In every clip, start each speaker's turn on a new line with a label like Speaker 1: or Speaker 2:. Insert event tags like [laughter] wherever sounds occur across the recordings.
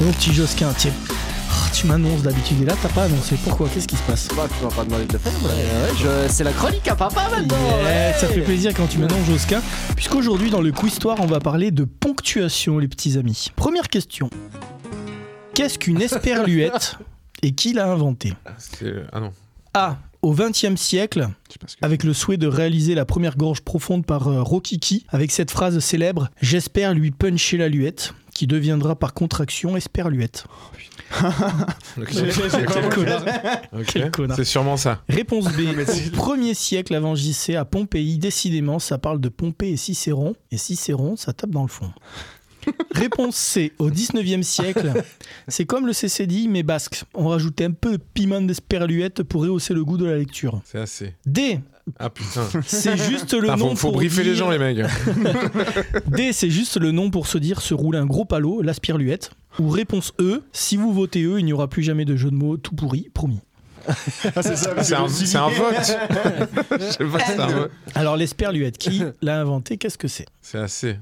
Speaker 1: Mon petit Josquin, tiens. Oh, tu m'annonces d'habitude et là t'as pas annoncé. Pourquoi Qu'est-ce qui se passe
Speaker 2: Bah, tu m'as pas demandé de le faire. bah, ouais, je- C'est la chronique hein, à papa maintenant.
Speaker 1: Yeah,
Speaker 2: ouais.
Speaker 1: Ça fait plaisir quand tu m'annonces Josquin. Puisqu'aujourd'hui dans le Quiztoire on va parler de ponctuation les petits amis. Première question. Qu'est-ce qu'une esperluette et qui l'a inventée
Speaker 3: C'est- Ah non,
Speaker 1: A. Au XXe siècle,
Speaker 3: je sais pas ce que.
Speaker 1: avec le souhait de réaliser la première gorge profonde par euh, Rokiki, avec cette phrase célèbre J'espère lui puncher la luette, qui deviendra par contraction esperluette.
Speaker 3: Ok.
Speaker 1: Quel connard.
Speaker 3: Ok.
Speaker 1: [laughs] quel connard.
Speaker 3: C'est sûrement ça.
Speaker 1: Réponse B.
Speaker 3: [laughs]
Speaker 1: Au premier siècle avant JC, à Pompéi, décidément, ça parle de Pompée et Cicéron. Et Cicéron, ça tape dans le fond. Réponse C. Au 19e
Speaker 3: [laughs]
Speaker 1: siècle, c'est comme le CCDI, mais basque. On rajoutait un peu de piment d'esperluette pour rehausser le goût de la lecture.
Speaker 3: C'est assez.
Speaker 1: D.
Speaker 3: Ah putain. [laughs]
Speaker 1: C'est juste [laughs] le
Speaker 3: Putain,
Speaker 1: nom
Speaker 3: Ah, faut, faut
Speaker 1: pour
Speaker 3: briefer les
Speaker 1: dire- Ah,
Speaker 3: gens,
Speaker 1: [laughs]
Speaker 3: les mecs.
Speaker 1: D, c'est juste le nom pour se dire se roule un gros palot, l'aspirluette. Ou réponse E, si vous votez E, il n'y aura plus jamais de jeu de mots tout pourri, promis.
Speaker 4: c'est ça,
Speaker 3: Ah, C'est un, c'est
Speaker 1: [laughs]
Speaker 3: un vote. je sais pas, c'est un vote.
Speaker 1: Alors l'esperluette, qui l'a inventé, qu'est-ce que c'est
Speaker 3: C'est assez.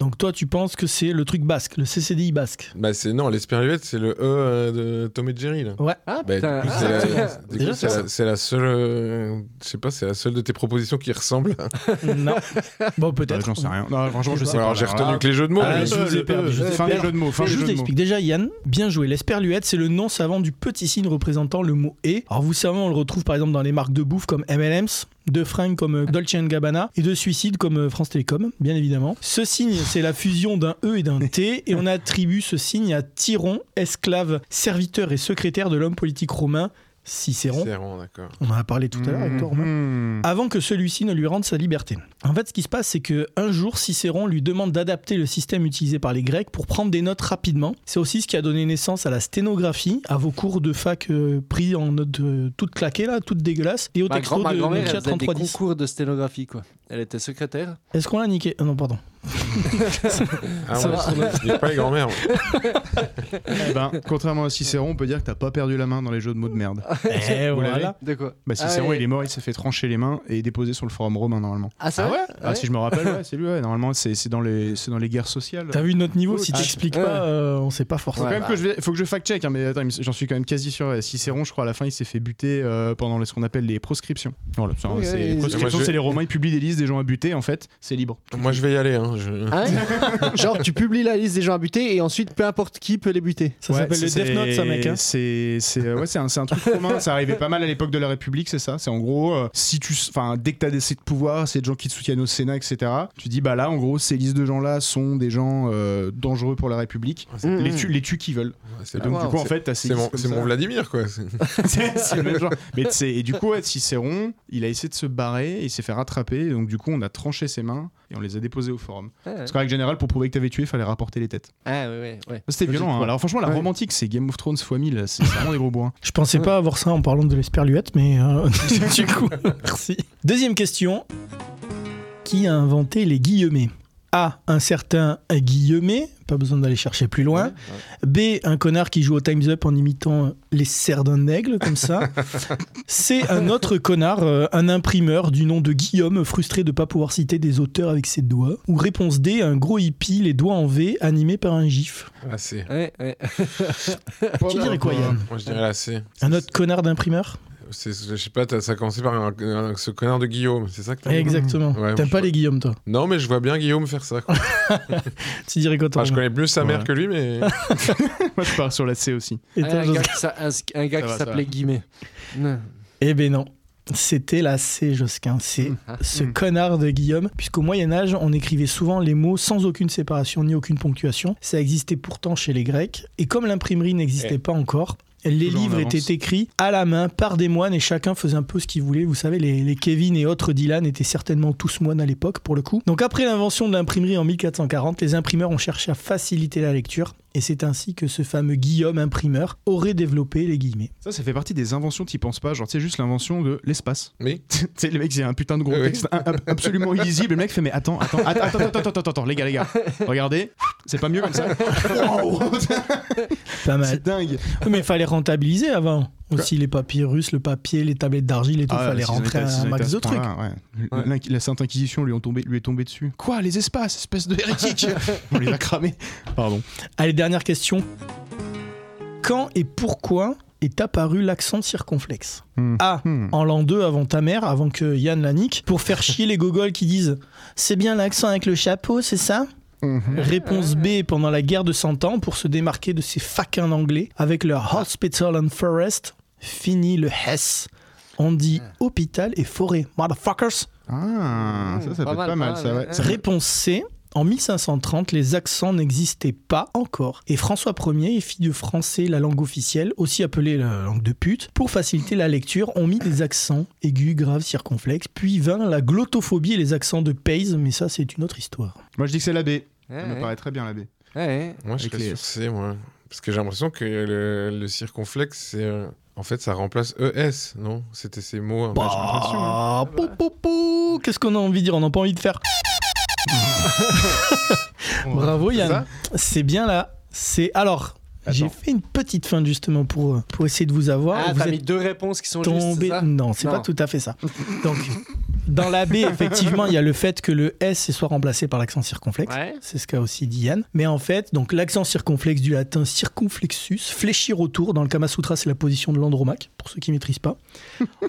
Speaker 1: Donc toi, tu penses que c'est le truc basque, le CCDI basque.
Speaker 3: Bah, c'est non, l'esperluette, c'est le E euh, de Tom et Jerry, là.
Speaker 1: Ouais.
Speaker 2: Ah,
Speaker 3: Bah,
Speaker 2: putain.
Speaker 3: du coup,
Speaker 2: Ah,
Speaker 3: c'est la-
Speaker 2: putain.
Speaker 3: du coup,
Speaker 1: Déjà,
Speaker 3: c'est la, c'est la seule. euh, je sais pas, c'est la seule de tes propositions qui ressemble.
Speaker 1: Bah, Non. Bon,
Speaker 4: Ah,
Speaker 1: peut-être.
Speaker 4: J'en sais rien. Non, franchement, je sais
Speaker 3: Alors,
Speaker 4: pas.
Speaker 3: j'ai
Speaker 4: là.
Speaker 3: retenu que les jeux de mots.
Speaker 1: Ah,
Speaker 3: mais-
Speaker 1: je vous ai
Speaker 4: le-
Speaker 1: perdu,
Speaker 4: le-
Speaker 1: je vous ai
Speaker 4: Fin des
Speaker 1: perdu.
Speaker 4: jeux de mots. Fin des
Speaker 1: je
Speaker 4: jeux
Speaker 1: vous
Speaker 4: de mots.
Speaker 1: explique. Déjà, Yann, bien joué. L'esperluette, c'est le nom savant du petit signe représentant le mot et. Alors, vous savez, on le retrouve par exemple dans les marques de bouffe comme MLM's, de fringues comme euh, Dolce Gabbana et de suicide comme euh, France Télécom, bien évidemment. Ce signe, c'est la fusion d'un E et d'un
Speaker 4: [laughs]
Speaker 1: T et on attribue ce signe à Tyron, esclave, serviteur et secrétaire de l'homme politique romain Cicéron.
Speaker 3: C'est rond, d'accord.
Speaker 1: On en a parlé tout à l'heure avec toi, Romain
Speaker 4: Mhm.
Speaker 1: avant que celui-ci ne lui rende sa liberté. En fait, ce qui se passe, c'est que un jour, Cicéron lui demande d'adapter le système utilisé par les Grecs pour prendre des notes rapidement. C'est aussi ce qui a donné naissance à la sténographie, à vos cours de fac euh, pris en notes euh, toutes claquées là, toutes dégueulasses, et au
Speaker 2: Ma,
Speaker 1: texto
Speaker 2: grand, ma
Speaker 1: de
Speaker 2: grand-mère, elle
Speaker 1: Nokia
Speaker 2: faisait des
Speaker 1: 3310.
Speaker 2: concours de sténographie, quoi. Elle était secrétaire.
Speaker 1: Est-ce qu'on l'a niqué Ah Non, pardon.
Speaker 3: Ah,
Speaker 1: Ça
Speaker 3: ouais,
Speaker 1: va.
Speaker 3: c'est- il est pas les grands-mères.
Speaker 4: Eh ben, contrairement à Cicéron, on peut dire que t'as pas perdu la main dans les jeux de mots de merde.
Speaker 1: Eh, voilà.
Speaker 2: De quoi
Speaker 4: Bah, Cicéron,
Speaker 2: Ah,
Speaker 4: il est mort, il s'est fait trancher les mains et déposé sur le forum romain normalement.
Speaker 2: Ah, ça ouais,
Speaker 4: Ah, si je me [laughs] rappelle, ouais, c'est lui. Ouais. Normalement, c'est c'est dans les, c'est dans les guerres sociales.
Speaker 1: T'as vu notre niveau
Speaker 4: Cool.
Speaker 1: Si
Speaker 4: Ah,
Speaker 1: t'expliques
Speaker 2: ouais.
Speaker 1: pas, euh, on sait pas
Speaker 4: Faut
Speaker 1: forcément.
Speaker 4: quand
Speaker 2: Ouais,
Speaker 4: même
Speaker 2: bah.
Speaker 4: que je, vais- faut que je fact-check, hein, mais attends, il- j'en suis quand même quasi sûr. ouais. Cicéron, je crois, à la fin, il s'est fait buter euh, pendant les- ce qu'on appelle les proscriptions. Voilà, c'est-
Speaker 2: Oui,
Speaker 4: hein, c'est-
Speaker 2: oui,
Speaker 4: les
Speaker 2: oui.
Speaker 3: Moi, je
Speaker 4: proscriptions,
Speaker 3: vais-
Speaker 4: c'est les Romains, ils publient des listes des gens à buter, en fait, c'est libre.
Speaker 3: Moi, je vais y aller. Hein.
Speaker 5: [laughs]
Speaker 3: Je...
Speaker 2: Hein Genre, tu publies la liste des gens à buter et ensuite, peu importe qui peut les buter.
Speaker 1: Ça
Speaker 4: Ouais,
Speaker 1: s'appelle le
Speaker 4: c'est-
Speaker 1: Death Note, ça, mec. hein.
Speaker 4: C'est c'est- euh, ouais, c'est un, c'est un truc commun. Ça arrivait pas mal à l'époque de la République, c'est ça. C'est en gros, euh, si tu, s- enfin, dès que t'as des de pouvoir, c'est des gens qui te soutiennent au Sénat, etc. Tu dis bah là, en gros, ces listes de gens-là sont des gens euh, dangereux pour la République.
Speaker 2: Mhm.
Speaker 4: Les tu, les tues qui veulent.
Speaker 1: Ah.
Speaker 3: C'est
Speaker 4: Donc
Speaker 2: wow,
Speaker 4: du coup,
Speaker 3: Hmm. Ah,
Speaker 4: en
Speaker 3: c'est-
Speaker 4: fait, t'as ces
Speaker 3: C'est
Speaker 4: listes
Speaker 3: mon,
Speaker 4: comme
Speaker 3: c'est
Speaker 4: ça.
Speaker 3: mon Vladimir, quoi. C'est-
Speaker 4: C'est- [laughs] c'est le même genre. Mais c'est- et du coup, ouais, Cicéron, il a essayé de se barrer, et il s'est fait rattraper. Donc du coup, on a tranché ses mains et on les a déposées au forum.
Speaker 2: Ah, ouais.
Speaker 4: Parce qu'en règle générale, pour prouver que t'avais tué, fallait rapporter les têtes.
Speaker 2: Ah, ouais, ouais, ouais.
Speaker 4: C'était
Speaker 2: Logique,
Speaker 4: violent. hein.
Speaker 2: quoi.
Speaker 4: Alors franchement, la
Speaker 2: Ouais.
Speaker 4: romantique, c'est Game of Thrones x 1000. C'est vraiment des gros bois.
Speaker 1: Je pensais pas avoir ça en parlant de l'esperluette, mais euh, [laughs] du coup, merci. Deuxième question. Qui a inventé les guillemets A. Un certain Guillemet, pas besoin d'aller chercher plus loin. B. Un connard qui joue au Time's Up en imitant euh, les serres d'un aigle, comme
Speaker 3: [laughs]
Speaker 1: ça. C. Un autre connard, euh, un imprimeur du nom de Guillaume, frustré de ne pas pouvoir citer des auteurs avec ses doigts. Ou réponse D. Un gros hippie, les doigts en V, animé par un gif.
Speaker 3: Ah, c'est-
Speaker 2: Ouais, ouais.
Speaker 1: Tu dirais quoi, Yann
Speaker 3: Moi, je dirais la C.
Speaker 1: Un autre connard d'imprimeur
Speaker 3: C'est- Je sais pas, t'as- ça a commencé par un- un- ce connard de Guillaume, c'est ça que t'as dit
Speaker 1: Exactement.
Speaker 3: Ouais,
Speaker 1: T'aimes
Speaker 3: je
Speaker 1: pas
Speaker 3: vois.
Speaker 1: les Guillaume, toi
Speaker 3: Non, mais je vois bien Guillaume faire ça. quoi.
Speaker 1: Tu dirais quoi, toi
Speaker 3: Enfin, je connais plus sa mère
Speaker 4: Ouais.
Speaker 3: que lui, mais.
Speaker 4: [laughs] Moi, je pars sur la C aussi.
Speaker 1: Et toi,
Speaker 2: Ah, un
Speaker 1: Josquin
Speaker 2: gars qui s'a- un sk- un gars
Speaker 4: Ça
Speaker 2: qui
Speaker 4: va, ça
Speaker 2: s'appelait Guimet. Non.
Speaker 1: Eh ben non. C'était la C, Josquin. C'est
Speaker 4: Mmh. Ah.
Speaker 1: ce
Speaker 3: Mmh.
Speaker 1: connard de Guillaume. Puisqu'au Moyen-Âge, on écrivait souvent les mots sans aucune séparation ni aucune ponctuation. Ça existait pourtant chez les Grecs. Et comme l'imprimerie n'existait
Speaker 3: Eh.
Speaker 1: pas encore, les
Speaker 4: Toujours en
Speaker 1: livres
Speaker 4: avance.
Speaker 1: étaient écrits à la main par des moines et chacun faisait un peu ce qu'il voulait. Vous savez, les, les Kevin et autres Dylan étaient certainement tous moines à l'époque pour le coup. Donc après l'invention de l'imprimerie en 1440, les imprimeurs ont cherché à faciliter la lecture et c'est ainsi que ce fameux Guillaume imprimeur aurait développé les guillemets.
Speaker 4: Ça, ça fait partie des inventions, t'y penses pas. Genre, tu sais, juste l'invention de l'espace.
Speaker 3: Oui.
Speaker 4: [laughs] tu sais, le mec, c'est un putain de gros
Speaker 3: Oui.
Speaker 4: texte un- un- absolument illisible. Et le mec fait, mais attends, attends, attends, attends, attends, attends, attends, attends, les gars, les gars, regardez, c'est pas mieux comme ça. Wow,
Speaker 1: Pas mal.
Speaker 4: [laughs] c'est dingue.
Speaker 1: Oui, mais il fallait rentabiliser avant. Aussi les papyrus, le papier, les tablettes d'argile et tout. Il
Speaker 4: Ah,
Speaker 1: fallait
Speaker 4: s'ils en
Speaker 1: rentrer
Speaker 4: étaient- s'ils en
Speaker 1: un
Speaker 4: étaient à
Speaker 1: max
Speaker 4: ce
Speaker 1: de trucs.
Speaker 4: point-là, ouais.
Speaker 3: Ouais.
Speaker 4: L'Inqui- La Sainte Inquisition lui, ont tombé, lui est tombée dessus. Quoi, les espaces, espèce de hérétique On les a cramés. Pardon.
Speaker 1: Allez, dernière question. Quand et pourquoi est apparu l'accent circonflexe
Speaker 4: Hmm.
Speaker 1: A.
Speaker 4: Hmm.
Speaker 1: En l'an 2, avant ta mère, avant que Yann la nique, pour faire chier les gogoles qui disent C'est bien l'accent avec le chapeau, c'est ça
Speaker 4: Mhm.
Speaker 1: Réponse B pendant la guerre de 100 ans pour se démarquer de ces faquins d'anglais avec leur Hospital and Forest. Fini le Hess. On dit hôpital et forêt. Motherfuckers.
Speaker 4: Ah, ça, ça
Speaker 5: Pas
Speaker 4: peut
Speaker 5: mal,
Speaker 4: être pas mal,
Speaker 5: pas
Speaker 4: ça,
Speaker 5: mal,
Speaker 4: ouais. Ça-
Speaker 1: Réponse C. En 1530, les accents n'existaient pas encore et François Ier et fille de français, la langue officielle, aussi appelée la langue de pute, pour faciliter la lecture, ont mis des accents aigus, graves, circonflexes, puis vint la glottophobie et les accents de Pays, mais ça c'est une autre histoire.
Speaker 4: Moi, je dis que c'est l'abbé.
Speaker 5: Ouais,
Speaker 4: Ça me paraît très bien, l'abbé.
Speaker 2: Ah,
Speaker 5: ouais.
Speaker 3: Moi, je
Speaker 4: Avec
Speaker 3: serais
Speaker 4: les
Speaker 3: sur C, moi. Parce que j'ai l'impression que le, le circonflexe, c'est. euh, En fait, ça remplace ES, non C'était ces mots. un peu- j'ai l'impression, hein.
Speaker 1: Bah, pou, pou, pou. Qu'est-ce qu'on a envie de dire On n'a pas envie de
Speaker 3: [laughs]
Speaker 1: faire. Bravo
Speaker 3: C'est
Speaker 1: Yann.
Speaker 3: ça
Speaker 1: C'est bien là. C'est alors. J'ai fait une petite fin justement pour, euh, pour essayer de vous avoir.
Speaker 5: Ah,
Speaker 1: vous
Speaker 5: t'as mis deux réponses qui sont justes, c'est
Speaker 1: tombé.
Speaker 5: ça
Speaker 1: non, c'est
Speaker 5: Non.
Speaker 1: pas tout à fait
Speaker 5: [laughs]
Speaker 1: ça. Donc, dans la B, effectivement, il y a le fait que le S soit remplacé par l'accent circonflexe.
Speaker 5: Ouais.
Speaker 1: C'est ce qu'a aussi dit Yann. Mais en fait, donc l'accent circonflexe du latin circumflexus, fléchir autour, dans le Kama Sutra, c'est la position de l'andromaque, pour ceux qui ne maîtrisent
Speaker 5: [laughs]
Speaker 1: pas.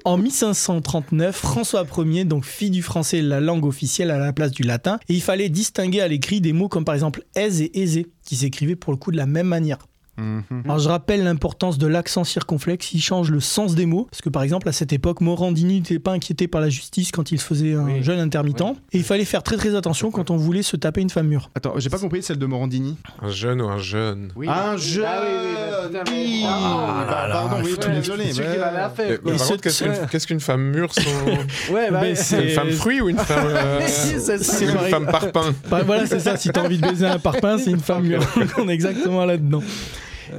Speaker 1: En 1539, François Ier, donc fille du français, la langue officielle à la place du latin, et il fallait distinguer à l'écrit des mots comme par exemple aise et aisé, qui s'écrivaient pour le coup de la même manière.
Speaker 4: Mhm.
Speaker 1: Alors je rappelle l'importance de l'accent circonflexe, il change le sens des mots, parce que par exemple à cette époque, Morandini n'était pas inquiété par la justice quand il se faisait un
Speaker 5: Oui.
Speaker 1: jeune intermittent,
Speaker 5: Oui.
Speaker 1: et il fallait faire très très attention quand on voulait se taper une femme
Speaker 4: [laughs]
Speaker 1: mûre.
Speaker 4: Attends, j'ai pas compris celle de Morandini.
Speaker 3: Un jeune ou un jeune
Speaker 5: Oui.
Speaker 4: Un jeune
Speaker 5: Ah oui, oui, bah, putain, mais-
Speaker 4: Oui.
Speaker 5: Ah,
Speaker 4: Bah, Pardon, oui,
Speaker 5: ouais,
Speaker 4: tout désolé.
Speaker 5: C'est sûr qu'il va la
Speaker 4: bah,
Speaker 5: faire.
Speaker 3: Mais
Speaker 5: quoi.
Speaker 1: Et
Speaker 3: Euh, par
Speaker 1: ce-
Speaker 3: contre, qu'est-ce
Speaker 5: ce-
Speaker 3: qu'une- qu'est-ce qu'une femme mûre sont...
Speaker 5: Ouais,
Speaker 1: Ben,
Speaker 5: bah, ouais.
Speaker 1: c'est-
Speaker 3: C'est une femme fruit ou une femme... euh,
Speaker 5: Si, c'est ça.
Speaker 1: c'est
Speaker 3: Une
Speaker 1: vrai.
Speaker 3: femme parpaing
Speaker 1: Bah, voilà, c'est ça. Si t'as envie de baiser un parpaing, c'est une femme mûre. [laughs] On est exactement là-dedans.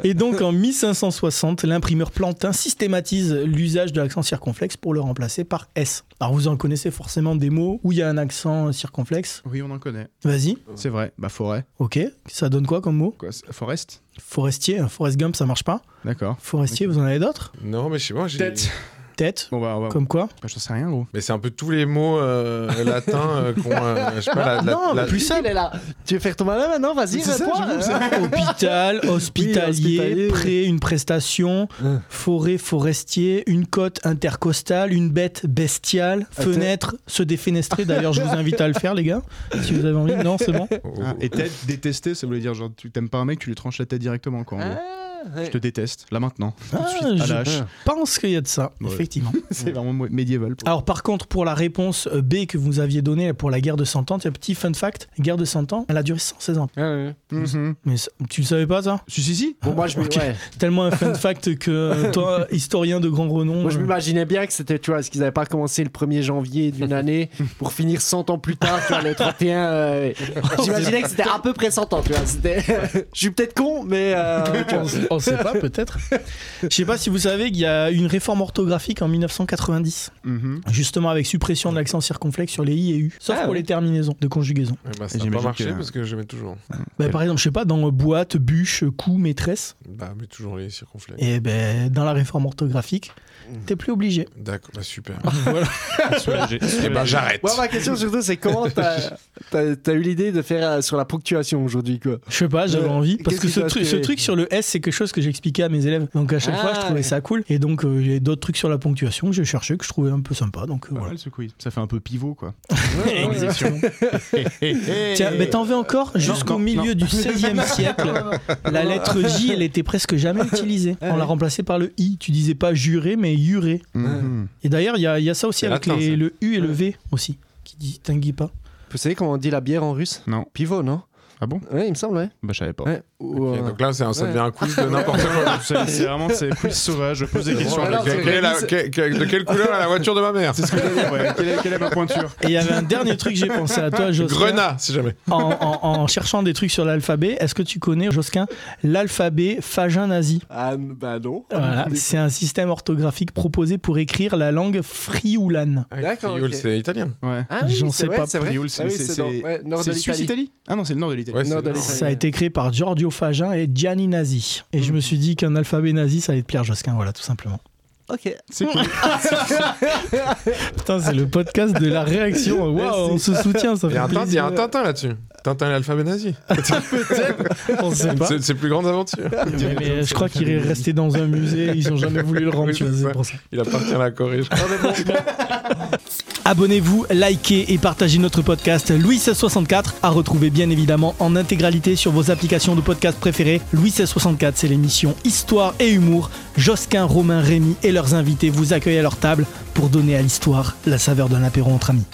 Speaker 1: Et donc en 1560, l'imprimeur Plantin systématise l'usage de l'accent circonflexe pour le remplacer par S. Alors vous en connaissez forcément des mots où il y a un accent circonflexe.
Speaker 4: Oui, on en connaît.
Speaker 1: Vas-y,
Speaker 4: C'est vrai. Bah, forêt.
Speaker 1: ok. Ça donne quoi comme mot
Speaker 4: Quoi, c'est- Forest
Speaker 1: Forestier, hein, Forest Gump, ça marche pas.
Speaker 4: D'accord.
Speaker 1: Forestier, vous en avez d'autres
Speaker 3: Non, mais je sais pas, j'ai...
Speaker 4: Tête.
Speaker 1: Tête,
Speaker 4: Bon, bah, on va.
Speaker 1: comme quoi
Speaker 4: Bah, J'en sais rien, gros.
Speaker 3: Mais c'est un peu tous les mots euh, latins euh, qu'on... euh, je sais pas, la,
Speaker 5: Ah
Speaker 3: la-
Speaker 1: Non, mais
Speaker 3: la-
Speaker 1: plus
Speaker 5: Il
Speaker 1: simple.
Speaker 5: est là. Tu veux faire ton malin maintenant Vas-y,
Speaker 4: C'est ça,
Speaker 5: réponds. euh.
Speaker 4: j'avoue, c'est-
Speaker 1: Hôpital, hospitalier,
Speaker 5: hospitalier.
Speaker 1: prêt, une prestation,
Speaker 3: Hein.
Speaker 1: forêt, forestier, une côte intercostale, une bête bestiale, fenêtre, se défenestrer. D'ailleurs,
Speaker 4: [laughs]
Speaker 1: je vous invite à le faire, les gars, si vous avez envie. Non, c'est bon.
Speaker 3: Oh.
Speaker 4: Ah, et tête détestée, ça voulait dire genre tu t'aimes pas un mec, tu lui tranches la tête directement quoi. en gros.
Speaker 5: Ah, ouais.
Speaker 4: Je te déteste, là maintenant. [laughs]
Speaker 1: Ah,
Speaker 4: Tout de suite, à la
Speaker 1: je
Speaker 4: hache.
Speaker 1: pense qu'il y a de ça,
Speaker 4: Ouais.
Speaker 1: effectivement.
Speaker 4: C'est vraiment mo- médiéval. pour-
Speaker 1: Alors par contre, pour la réponse euh, B que vous aviez donnée pour la guerre de 100 ans, il y a un petit fun fact, la guerre de 100 ans, elle a duré 116 ans.
Speaker 5: Ah, ouais.
Speaker 4: Mhm.
Speaker 1: Mais ça- tu le savais pas ça
Speaker 4: Si, si, si.
Speaker 5: Bon, moi, je me-
Speaker 1: Ok.
Speaker 5: ouais.
Speaker 1: Tellement un
Speaker 4: [laughs]
Speaker 1: fun fact que euh, toi, historien de grand renom...
Speaker 5: Moi, je
Speaker 1: euh,
Speaker 5: m'imaginais bien que c'était, tu vois, parce qu'ils n'avaient pas commencé le 1er janvier [laughs] d'une année pour finir 100 ans plus tard, tu vois, le 31. euh, [laughs] J'imaginais que c'était à peu près 100 ans, tu vois. c'était- [laughs] Je suis peut-être con, mais. [laughs] euh, tu vois.
Speaker 1: On sait pas, peut-être. Je sais pas si vous savez qu'il y a eu une réforme orthographique en 1990,
Speaker 4: Mhm.
Speaker 1: justement avec suppression de l'accent circonflexe sur les i et u, sauf
Speaker 5: Ah,
Speaker 1: pour
Speaker 5: ouais.
Speaker 1: les terminaisons de conjugaison.
Speaker 3: Eh ben, ça n'a pas
Speaker 4: J'imagine
Speaker 3: marché
Speaker 4: que-
Speaker 3: parce que je mets toujours.
Speaker 1: Bah,
Speaker 4: Ouais.
Speaker 1: par exemple, je sais pas, dans euh, boîte, bûche, coup, maîtresse,
Speaker 3: Bah, mais toujours les circonflexes.
Speaker 1: et ben dans la réforme orthographique,
Speaker 5: Hmm.
Speaker 1: t'es plus obligé.
Speaker 3: D'accord, bah [laughs] super.
Speaker 4: Soulagé.
Speaker 3: Eh ben, j'arrête.
Speaker 5: Moi, ma question surtout, c'est comment t'as t'as- t'as eu l'idée de faire euh, sur la ponctuation aujourd'hui, quoi
Speaker 1: Je sais pas, j'avais
Speaker 5: Ouais.
Speaker 1: envie. Parce
Speaker 5: Euh, Qu'est-ce
Speaker 1: que
Speaker 5: qui
Speaker 1: ce,
Speaker 5: t'a
Speaker 1: truc- ce
Speaker 5: inspiré
Speaker 1: truc sur le S, c'est quelque chose que j'expliquais à mes élèves. Donc à chaque
Speaker 5: Ah,
Speaker 1: fois, je trouvais
Speaker 5: ouais.
Speaker 1: ça cool. Et donc, euh, il y a d'autres trucs sur la ponctuation que j'ai cherché, que je trouvais un peu sympa. Donc euh,
Speaker 4: Pas
Speaker 1: voilà.
Speaker 4: mal ce quiz. Ça fait un peu pivot quoi.
Speaker 5: [laughs]
Speaker 1: Exactement. [laughs] Tiens,
Speaker 4: Tiens,
Speaker 1: mais t'en veux encore Jusqu'au
Speaker 4: non,
Speaker 1: milieu du
Speaker 4: [laughs]
Speaker 1: 16e siècle, la lettre J, elle était presque
Speaker 4: Ah
Speaker 1: jamais utilisée. On l'a remplacée par le I. Tu disais pas juré, mais juré.
Speaker 4: Mhm.
Speaker 1: Et d'ailleurs, il y, a- il y a ça aussi
Speaker 3: C'est
Speaker 1: avec
Speaker 3: latin,
Speaker 1: les-
Speaker 3: ça.
Speaker 1: le U et le V aussi, qui distinguent pas.
Speaker 5: Vous savez comment on dit la bière en russe
Speaker 4: Non.
Speaker 5: Pivot, non
Speaker 4: Ah bon
Speaker 5: Ouais, il me semble, ouais.
Speaker 4: Bah, je savais pas.
Speaker 5: Ouais. Ou,
Speaker 3: Ok,
Speaker 5: euh,
Speaker 3: donc là, c'est un- ça
Speaker 5: Ouais.
Speaker 3: devient un quiz de n'importe quoi. [laughs]
Speaker 4: C'est c'est vraiment c'est quiz sauvage. Je pose des questions.
Speaker 5: Bon,
Speaker 4: à
Speaker 5: alors,
Speaker 4: quelqu'un.
Speaker 5: c'est-
Speaker 3: Quelle est la- que- que- de quelle couleur est la voiture de ma mère
Speaker 4: C'est ce que
Speaker 3: [laughs]
Speaker 4: j'allais dire. ouais. Quelle est- Quelle est ma pointure
Speaker 1: Et il y avait un dernier truc, j'ai pensé à toi, Josquin.
Speaker 3: Grenat, si jamais.
Speaker 1: En, en- en cherchant des trucs sur l'alphabet, est-ce que tu connais, Josquin, l'alphabet fagin nazi
Speaker 5: Ah, bah non.
Speaker 1: Voilà, c'est un système orthographique proposé pour écrire la langue frioulane.
Speaker 5: D'accord,
Speaker 3: Crioul,
Speaker 5: ok.
Speaker 3: Ah, c'est italien.
Speaker 4: Ouais.
Speaker 5: Ah oui,
Speaker 1: J'en
Speaker 5: c'est
Speaker 1: sais
Speaker 5: vrai,
Speaker 1: pas.
Speaker 5: C'est vrai.
Speaker 4: Crioul,
Speaker 5: Ah
Speaker 4: c'est
Speaker 5: oui,
Speaker 4: c'est-
Speaker 5: dans- ouais, nord de
Speaker 4: c'est
Speaker 5: l'Italie.
Speaker 4: Suisse-Italie Ah non, c'est le nord de l'Italie.
Speaker 3: Ouais, c'est-
Speaker 5: Non, dans les-
Speaker 1: Ça a été créé par Giorgio Fagin et Gianni Nazi. Et je me suis dit qu'un alphabet nazi, ça allait te plaire, Josquin, voilà, tout simplement.
Speaker 5: Ok.
Speaker 4: C'est cool.
Speaker 1: Putain, c'est le podcast de la réaction. Waouh, on se soutient, ça
Speaker 3: Il y
Speaker 1: fait
Speaker 3: a un Tintin, il y a
Speaker 1: plaisir.
Speaker 3: un Tintin là-dessus. Tintin et l'alphabet nazi.
Speaker 1: On sait pas.
Speaker 3: C'est ses plus grandes [laughs] aventures.
Speaker 1: Mais, mais je crois qu'il est resté dans un musée, ils ont jamais voulu le rendre,
Speaker 3: Oui,
Speaker 1: tu vois,
Speaker 3: c'est
Speaker 1: c'est
Speaker 3: ça.
Speaker 1: pour ça.
Speaker 3: Il appartient à la Corée. je crois.
Speaker 1: Abonnez-vous, likez et partagez notre podcast Louis 1664 à retrouver bien évidemment en intégralité sur vos applications de podcast préférées. Louis 1664, c'est l'émission Histoire et Humour. Josquin, Romain, Rémy et leurs invités vous accueillent à leur table pour donner à l'histoire la saveur d'un apéro entre amis.